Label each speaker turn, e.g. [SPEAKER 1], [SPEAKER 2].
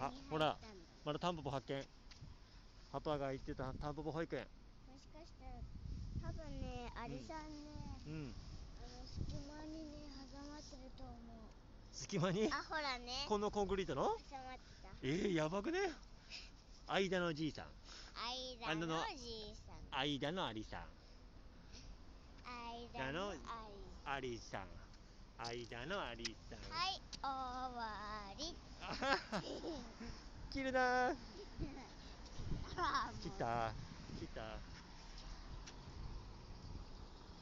[SPEAKER 1] あほらまだタンポポ発見パパが言ってたタンポポ保育園
[SPEAKER 2] もしかしたら多分ねアリさんね、
[SPEAKER 1] うん
[SPEAKER 2] あの隙間にね挟まってると思う
[SPEAKER 1] 隙間に
[SPEAKER 2] あほらね
[SPEAKER 1] このコンクリートの
[SPEAKER 2] 挟まってた
[SPEAKER 1] えー、やばくね間のじいさん
[SPEAKER 2] 間のじいさん
[SPEAKER 1] 間のアリさん
[SPEAKER 2] 間の
[SPEAKER 1] あの
[SPEAKER 2] あり
[SPEAKER 1] アリさん間のアリさん
[SPEAKER 2] はい終わり
[SPEAKER 1] あはは 切るなー
[SPEAKER 2] あらもう
[SPEAKER 1] 切った切った